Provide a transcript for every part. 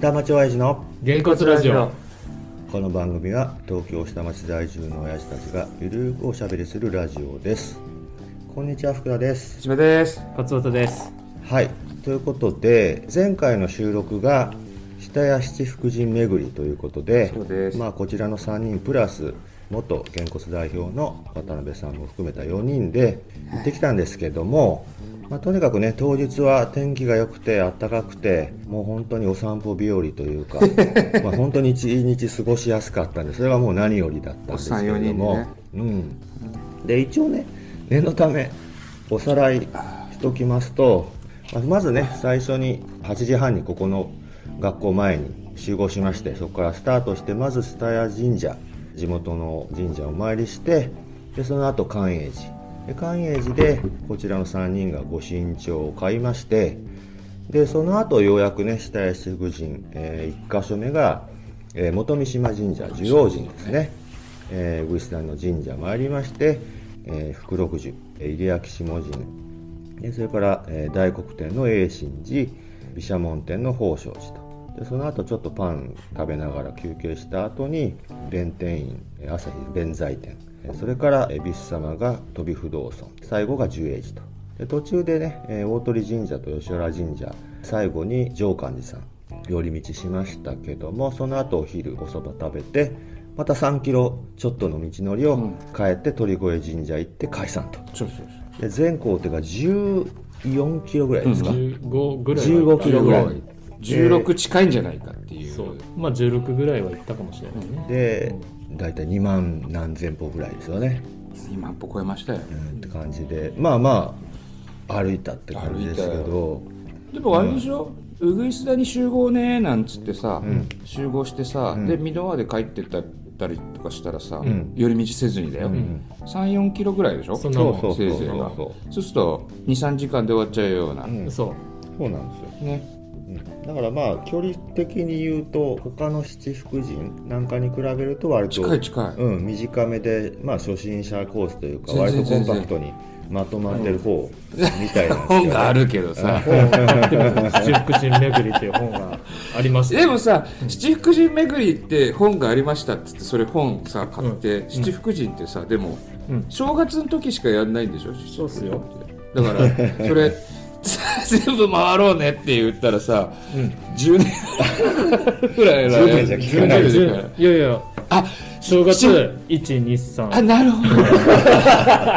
下町親父のげんこつラジオこの番組は東京下町在住の親父たちがゆるーくおしゃべりするラジオですこんにちは福田ですしめですカツオタですはいということで前回の収録が下屋七福神巡りということでそうですまあ、こちらの3人プラス元げんこつ代表の渡辺さんも含めた4人で行ってきたんですけども、まあ、とにかくね当日は天気が良くて暖かくてもう本当にお散歩日和という かまあ本当に一日過ごしやすかったんでそれはもう何よりだったんですけれどもおっさうん、で一応ね念のためおさらいしときますとまあまずね最初に8時半にここの学校前に集合しましてそこからスタートしてまず蔦屋神社地元の神社をお参りしてでその後寛永寺で寛永寺でこちらの3人が御神帳を買いましてでその後ようやくね下屋七福神、え1箇所目が、えー元三島神社寿王神ですねえー、ウグイスさんの神社参りまして、えー福禄寿えー入谷岸門神でそれから、えー大黒天の栄神寺毘沙門天の宝生寺とでその後ちょっとパン食べながら休憩した後に弁天院えー朝日弁財天えーそれからえービス様が飛び不動尊最後が十栄寺とで途中でね、えー大鳥神社と吉原神社最後に上官寺さん寄り道しましたけどもその後お昼おそば食べてまた3キロちょっとの道のりを帰って鳥越神社行って解散と、そうそうで全行程が14キロぐらいですか、 15ぐらいは行っ15たキロぐらい、 16近いんじゃないかっていうそうまあ16ぐらいは行ったかもしれないねで大体2万何千歩ぐらいですよね、今万歩超えましたようんって感じでまあまあ歩いたって感じですけどでもあれでしょうぐいすだに集合ねなんつってさ、集合してさ、で美濃川で帰ってったりとかしたらさ、ん寄り道せずにだよ、34キロぐらいでしょそせんいなそうもそうそうそぜいがうそうすると23時間で終わっちゃうような、ん そうそうなんですよねうんだからまあ距離的に言うと他の七福神なんかに比べると割と近い近い、うん、短めで、まあ、初心者コースというか全割然とコンパクトにまとまってる方みたいなんですけど 本があるけどさ、七福神巡りっていう本がありましたでもさ「七福神巡り」って本がありましたっつってそれ本さ買って、七福神ってさでも、うん正月の時しかやんないんでしょそうっすよだからそれ全部回ろうねって言ったらさ、うん10年ぐらい10年じゃ聞かないで10年すじゃ聞かないいやいやあ正月七あ123なるほど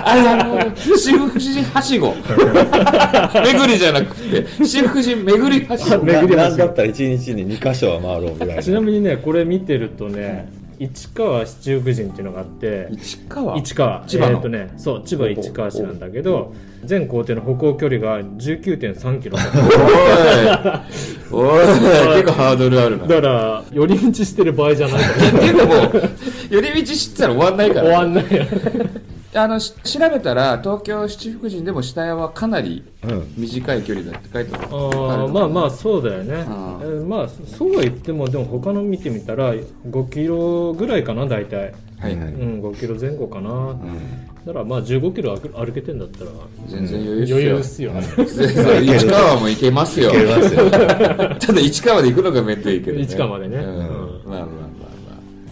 あなるほど七福神はしご巡りじゃなくて七福神巡りはしごめ巡りななまんすよだったら1日に2箇所は回ろうぐらいちなみにねこれ見てるとね市川七福神っていうのがあって市川市川千葉のえーとね、そう千葉市川市なんだけど全行程の歩行距離が19.3キロだかおいおい結構ハードルあ るなら寄り道してる場合じゃないかいやでももう寄り道してたら終わんないからら終わんないよ あのし調べたら東京七福神でも下屋はかなりうん短い距離だって書いてあるあーまあまあそうだよね、えあーーまあそそうは言ってもでも他の見てみたら5キロぐらいかな大体、はいはい、ううんん、5キロ前後かなだからまあ15キロ歩歩けてんだったら全然余余裕裕っっすすよ、よ全 然市川も行けますよ行けます よただ市川まで行くのがめんどいけど、ね、市川までねうんうまあまあまあまあ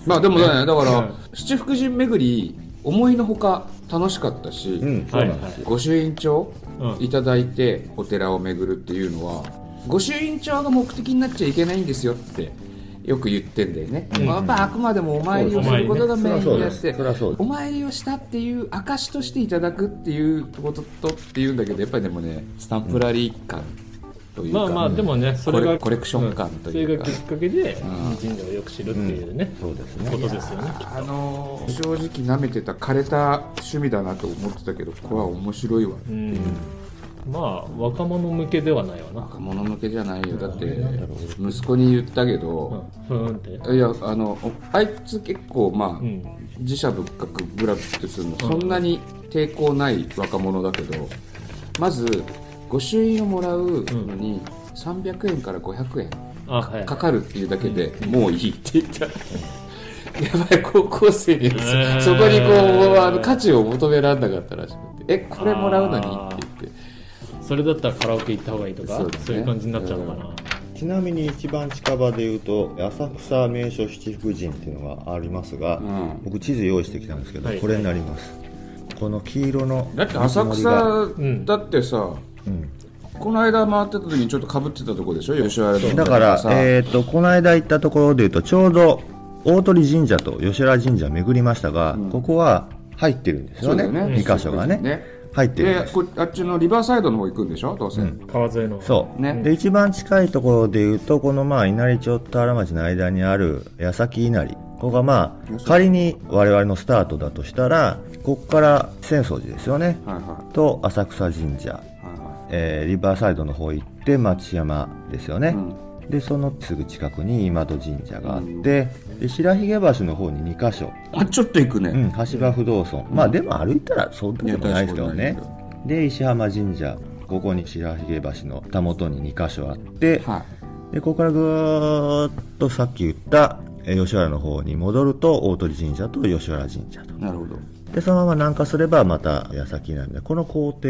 まあでもねだから、うん七福神巡り思いのほか楽しかったし、うんそうはないんはでいす、御朱印帳うんいただいてお寺を巡るっていうのは御朱印帳が目的になっちゃいけないんですよってよく言ってんだよね、まあまああくまでもお参りをすることがメインであっそうでてすそりゃそうですそりゃそうですお参りをしたっていう証としていただくっていうこととっていうんだけどやっぱりでもねスタンプラリー感というか、まあまあでもねそれコがレコレクション感というかんそれがきっかけでん神社をよく知るっていうね、そうですねことですよねあのー正直舐めてた枯れた趣味だなと思ってたけどここは面白いわうんまあ若者向けではないわな若者向けじゃないよだって息子に言ったけど、うんふーんっていやあのあいつ結構まあ、うん自社仏閣ブラブラするのそんなに抵抗ない若者だけどまず御朱印をもらうのに300円から500円あはいかかるっていうだけで、もういいって言った、 やばい高校生に、ーそこにこうあの価値を求められなかったらしくてえこれもらうのにって言ってそれだったらカラオケ行った方がいいとかそそうう,、だねいう感じになっちゃうのかな、うん昨ちなみに一番近場でいうと浅草名所七福神っていうのがありますが、うん僕地図用意してきたんですけど、はいこれになりますこの黄色のだって浅道の草んだってさ、この間回ってた時にちょっとかぶってたとこでしょ吉原りとがだからさ、、えー、とこの間行ったところでいうとちょうど大鳥神社と吉原神社巡りましたが、ここは入ってるんですよねそうだよね2箇所がねうんね入ってるんでですこあっちのリバーサイドの方行くんでしょどうせ、川沿いのそう、ねで一番近いところでいうとこのまあ稲荷町と原町の間にある矢崎稲荷ここがま矢あ先仮に我々のスタートだとしたらここから浅草寺ですよねはいはと浅草神社、いはいはえーリバーサイドの方行って町山ですよね、いうんでそのすぐ近くに今戸神社があって、で白髭橋の方に2箇所、あちょっと行くね、うん、橋場不動村、まあでも歩いたらそんなことないですけどいやね大したこで石浜神社ここに白髭橋のたもとに2箇所あってはいでここからぐーっとさっき言ったえー吉原の方に戻ると大鳥神社と吉原神社となるほどでそのまま南下すればまた矢先なんでこの工程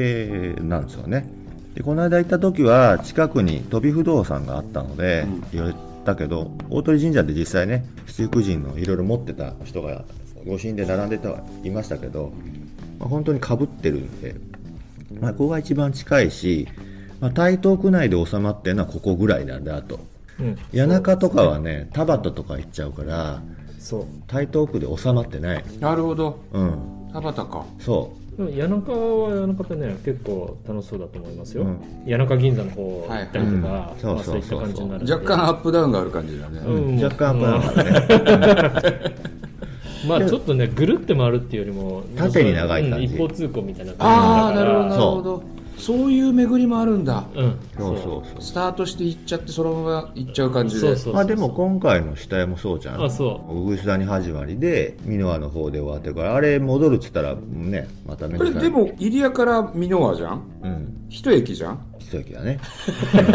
なんですよねでこの間行った時は近くに飛び不動産があったので寄ったけど大鳥神社で実際ね七福神のいろいろ持ってた人が御神で並んでたはいましたけど、まあ、本当にかぶってるんで、まあ、ここが一番近いし、まあ、台東区内で収まってるのはここぐらいなんだとうん谷中とかはね田畑とか行っちゃうからそう台東区で収まってないなるほどうん田畑かそうでも谷中は谷中でね結構楽しそうだと思いますよ、うん谷中銀座の方行ったりとか、はいうんまあ、そそうそうういっそたうそう感じになるんで若干アップダウンがある感じだね、うん若干まあ、まあね、まあちょっとねぐるって回るっていうよりも縦に長い感じうん一方通行みたいなああ感じなだからるほどなるほどそういう巡りもあるんだうんそうそうそうスタートして行っちゃってそのまま行っちゃう感じでそうそうそうまあでも今回の下絵もそうじゃんあそ小楠谷始まりで箕輪の方で終わってるからあれ戻るっつったらねまた目これでも入谷から箕輪じゃんうん一駅じゃん一駅だねなん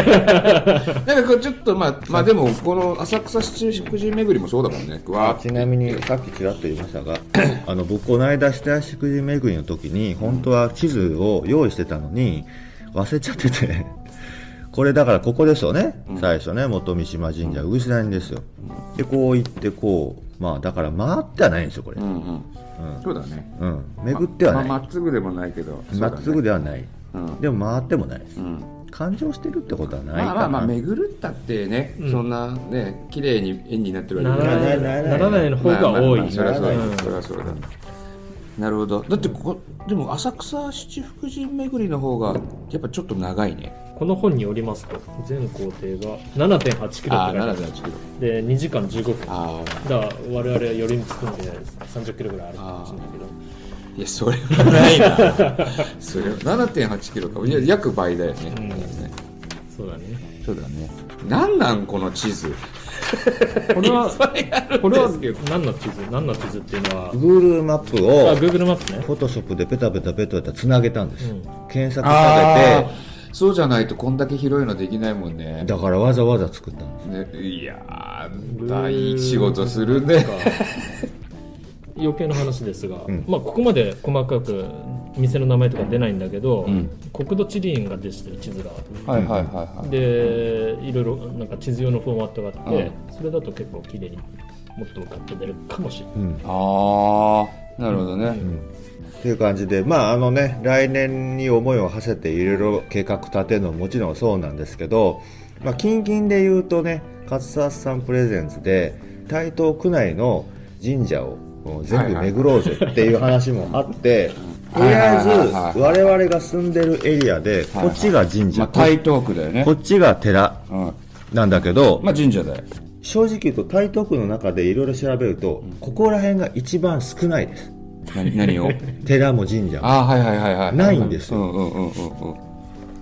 かこうちょっとまあまあでもこの浅草七福神巡りもそうだもんねわちなみにさっきちらっと言いました があの僕この間下谷しくじ巡りの時に本当は地図を用意してたのに忘れちゃってて これだからここですよね、最初ね元三島神社小楠谷ですよでこう行ってこうまあだから回ってはないんですよこれううん、んうんそうだね巡ってはない、まあまっすぐでもないけどまっすぐではない、そうだねでも回ってもないですうんうん感情してるってことはないまかなあまあまあ巡るったってね、うんそんなね綺麗に円になってうるなわけじゃらないないならないならないの方まあがまあまあ多い、そりゃそうだ、うんそりゃそうだなるほどだってここでも浅草七福神巡りの方がやっぱちょっと長いねこの本によりますと全行程が7 8キロあっあて書いてある7.8キロで2時間15分だかああら我々は寄り道するんで30キロぐらいあるかもしれないけどいやそれはないなそれは7.8キロかいや約倍だよね,、うんだからねそうだねそうだねなんなんこの地図これはこれはですけど何の地図何の地図っていうのは Google マップあを Google マップねフォトショップでペタペタペタペタつなげたんです、うん検索あかあそうじゃないとこんだけ広いのできないもんねけてだからわざわざ作ったんでねいやー大仕事するね余計な話ですが、んまあ、ここまで細かく店の名前とか出ないんだけど、うん国土地理院が出してる地図があっはいはいはいはてでいろいろなんか地図用のフォーマットがあって、それだと結構綺麗にもっと向かって出るかもしれない、うんああなるほどね、っていう感じでまああのね来年に思いを馳せていろいろ計画立てるのももちろんそうなんですけど、まあ、近々で言うとね勝沢さんプレゼンツで台東区内の神社をもう全部巡ろうぜっていう話もあって、とりあえずはいはい我々が住んでるエリアでこっちが神社、まあ台東区だよねこっちが寺うん、なんだけど、まあ神社だよ正直言うと台東区の中でいろいろ調べると、ここら辺が一番少ないです何何を寺も神社も ああはいはいはいはいないんですうよんうんうんうんうん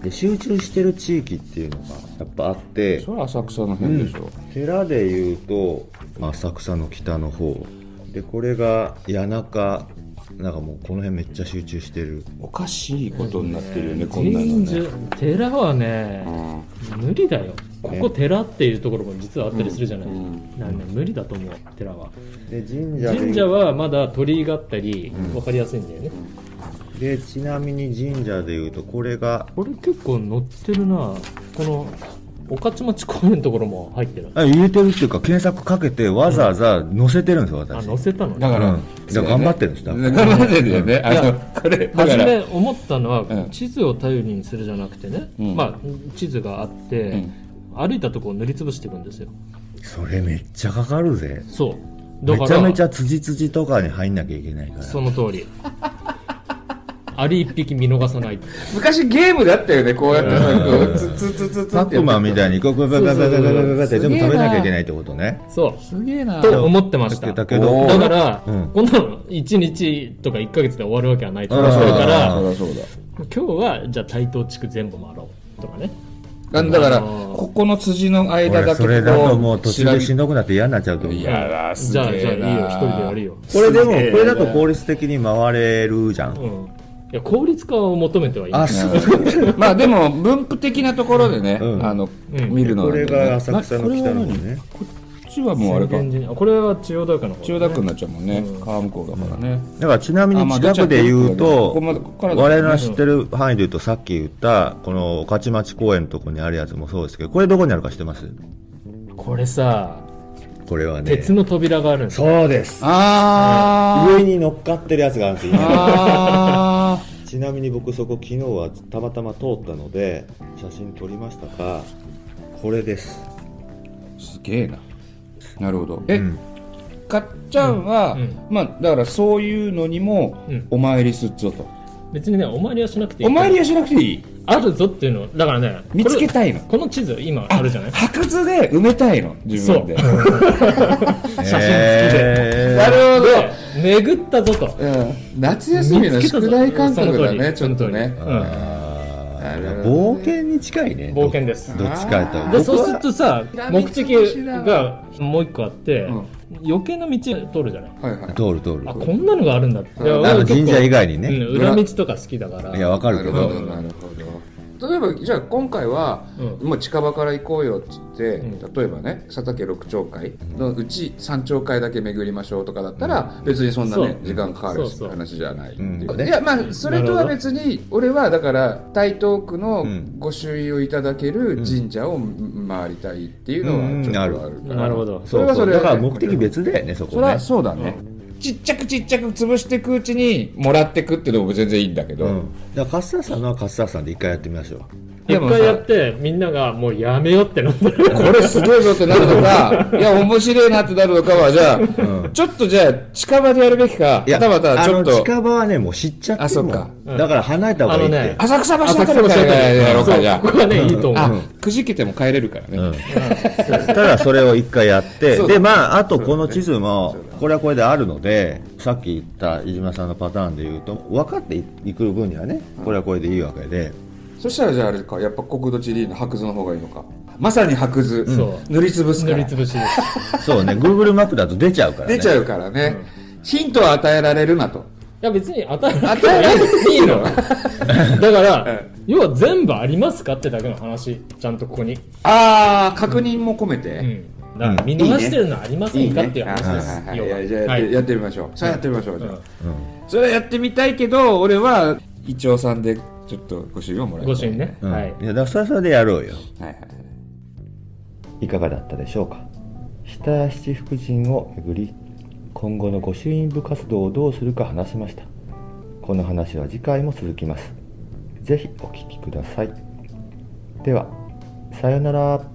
で集中してる地域っていうのがやっぱあってそれは浅草の辺でしょ、寺でいうと、まあ、浅草の北の方でこれが谷中なんかもうこの辺めっちゃ集中してるおかしいことになってるよね、こんなのね、社寺はね、うん無理だよここ寺っていうところも実はあったりするじゃない、うんなんで無理だと思う寺はで神社で神社はまだ鳥居があったり、わかりやすいんだよね、でちなみに神社でいうとこれがこれ結構乗ってるなこの御徒町公園のところも入ってる。あ入れてるっていうか検索かけてわざわざ載せてるんですよあ、私、載せたのねだから、うんじゃあ頑張ってるんですね頑張ってるよね。あいやの、これ、だ初かめら、思ったのうはん地図を頼りにするじゃなくてね、うんまあ、地図があって、うん歩いたとこを塗りつぶしていくんですよそれめっちゃかかるぜそうだめかちゃらめちゃ辻辻とかに入んなきゃいけないからその通り アリ一匹見逃さない昔ゲームだったよね、こうやってさ、こうツッツッツッツッツッパックマンみたいいにこうババババババババって全部食べなきゃいけないってことねそすげえなうと思ってましただだけおどーから、うんこんなの1日とか1ヶ月で終わるわけはないと思うあーかそらうだそうだ。今日はじゃあ台東地区全部回ろうとかねあだから、あーここの辻の間だ俺けそれだともうこ途中でしん調どくなって嫌になっちゃうとべ思ういやー、じすげえゃあなじゃあいいよ一人でやるよ、これでもすげえなこれだと効率的に回れるじゃうんん、いや効率化を求めてはいいあそううん まあでも分布的なところでね、うんあの、うん見るのこなんでれねが浅草の北の方ねこっちはもうあれか宣言所にあこれは千代田区の方だね千代田区になっちゃうもんね、うん川向こうだからね、だからちなみあにまあ近くで言うとどっちかっていうとここまでこっからだ我々の知ってる範囲で言うとさっき言ったこの御徒町公園のとこにあるやつもそうですけどこれどこにあるか知ってますこれさこれはね鉄の扉があるんですよそうですあー上に乗っかってるやつがあるんですよあーちなみに僕そこ昨日はたまたま通ったので写真撮りましたかこれですすげえななるほどえ、うんかっちゃんは、うんうんまあだからそういうのにもうんお参りすっぞと、別にねお参りはしなくていいお参りはしなくていいあるぞっていうのだからね見つけいたいのこの地図今あるじゃない白図で埋めたいの自分 で写真付きでなるほどで 巡ったぞとうん、夏休みの宿題感覚だね、ちそょのっ通とりね。うんなるほど冒険に近いね冒険ですどっちかと僕でそうはするとさ僕は目的がもう一個あって、うん余計な道通るじゃないはいはい。通る通るあこんなのがあるんだっていやあの俺結構神社以外にねうん裏道とか好きだからいやわかるけどなるほど、なるほど。例えば、じゃあ今回は、うもう近場から行こうよっつって、う例えばね、佐竹六町会のうち3町会だけ巡りましょうとかだったら、別にそんなねそ、う時間かかるそうそう話じゃないっていううんいや、まあ、それとは別に、俺はだから、台東区のうんご朱印をいただける神社を回りたいっていうのはちょっとあるかうら。なるほどそそそうれうはそれだから目的別だよねそこそれねはそうだね、ちっちゃくちっちゃく潰していくうちにもらってくってのも全然いいんだけど、うん、だからカッサーさんのはカッサーさんで一回やってみましょう一でも回さやってみんながもうやめようってなってこれすごいぞってなるの かいや面白いなってなるのかはじゃあ、うんちょっとじゃあ近場でやるべきかはたまたちょっあのと近場はねもう知っちゃあってそるうもかんうんだから離れた方がいいって、あのね浅草橋浅あた草り橋からやろうかそじうゃここはねいいとあ、思うあくじけても帰れるからね、うんただそれを一回やって、そうだねで、まあ、あとこの地図も、これはこれであるので、さっき言った飯島さんのパターンで言うと、分かっていく分にはね、これはこれでいいわけで、そしたらじゃああれかやっぱ国土地理院の白図の方がいいのかまさに白図、そう塗りつぶすか塗らりつぶしですそうね、Google マップだと出ちゃうからね。出ちゃうからね、ヒントを与えられるなといや別に与えなくて与えられるいいのだから、え要は全部ありますかってだけの話ちゃんとここに、ああ確認も込めて、うん、だから見逃してるのありませんかっていう話ですはい要はいははいじゃあやっはていやってみましょう。さあやってみましょう。じゃあうん。それはやってみたいけど、俺はイチョウさんでちょっとご主人をもらいたごい。主人ね、うん。はいい、や、だからそれはそれでやろうよ。はいはいはい。いかがだったでしょうか北七福神をめぐり今後の御朱印部活動をどうするか話しましたこの話は次回も続きますぜひお聞きくださいではさようなら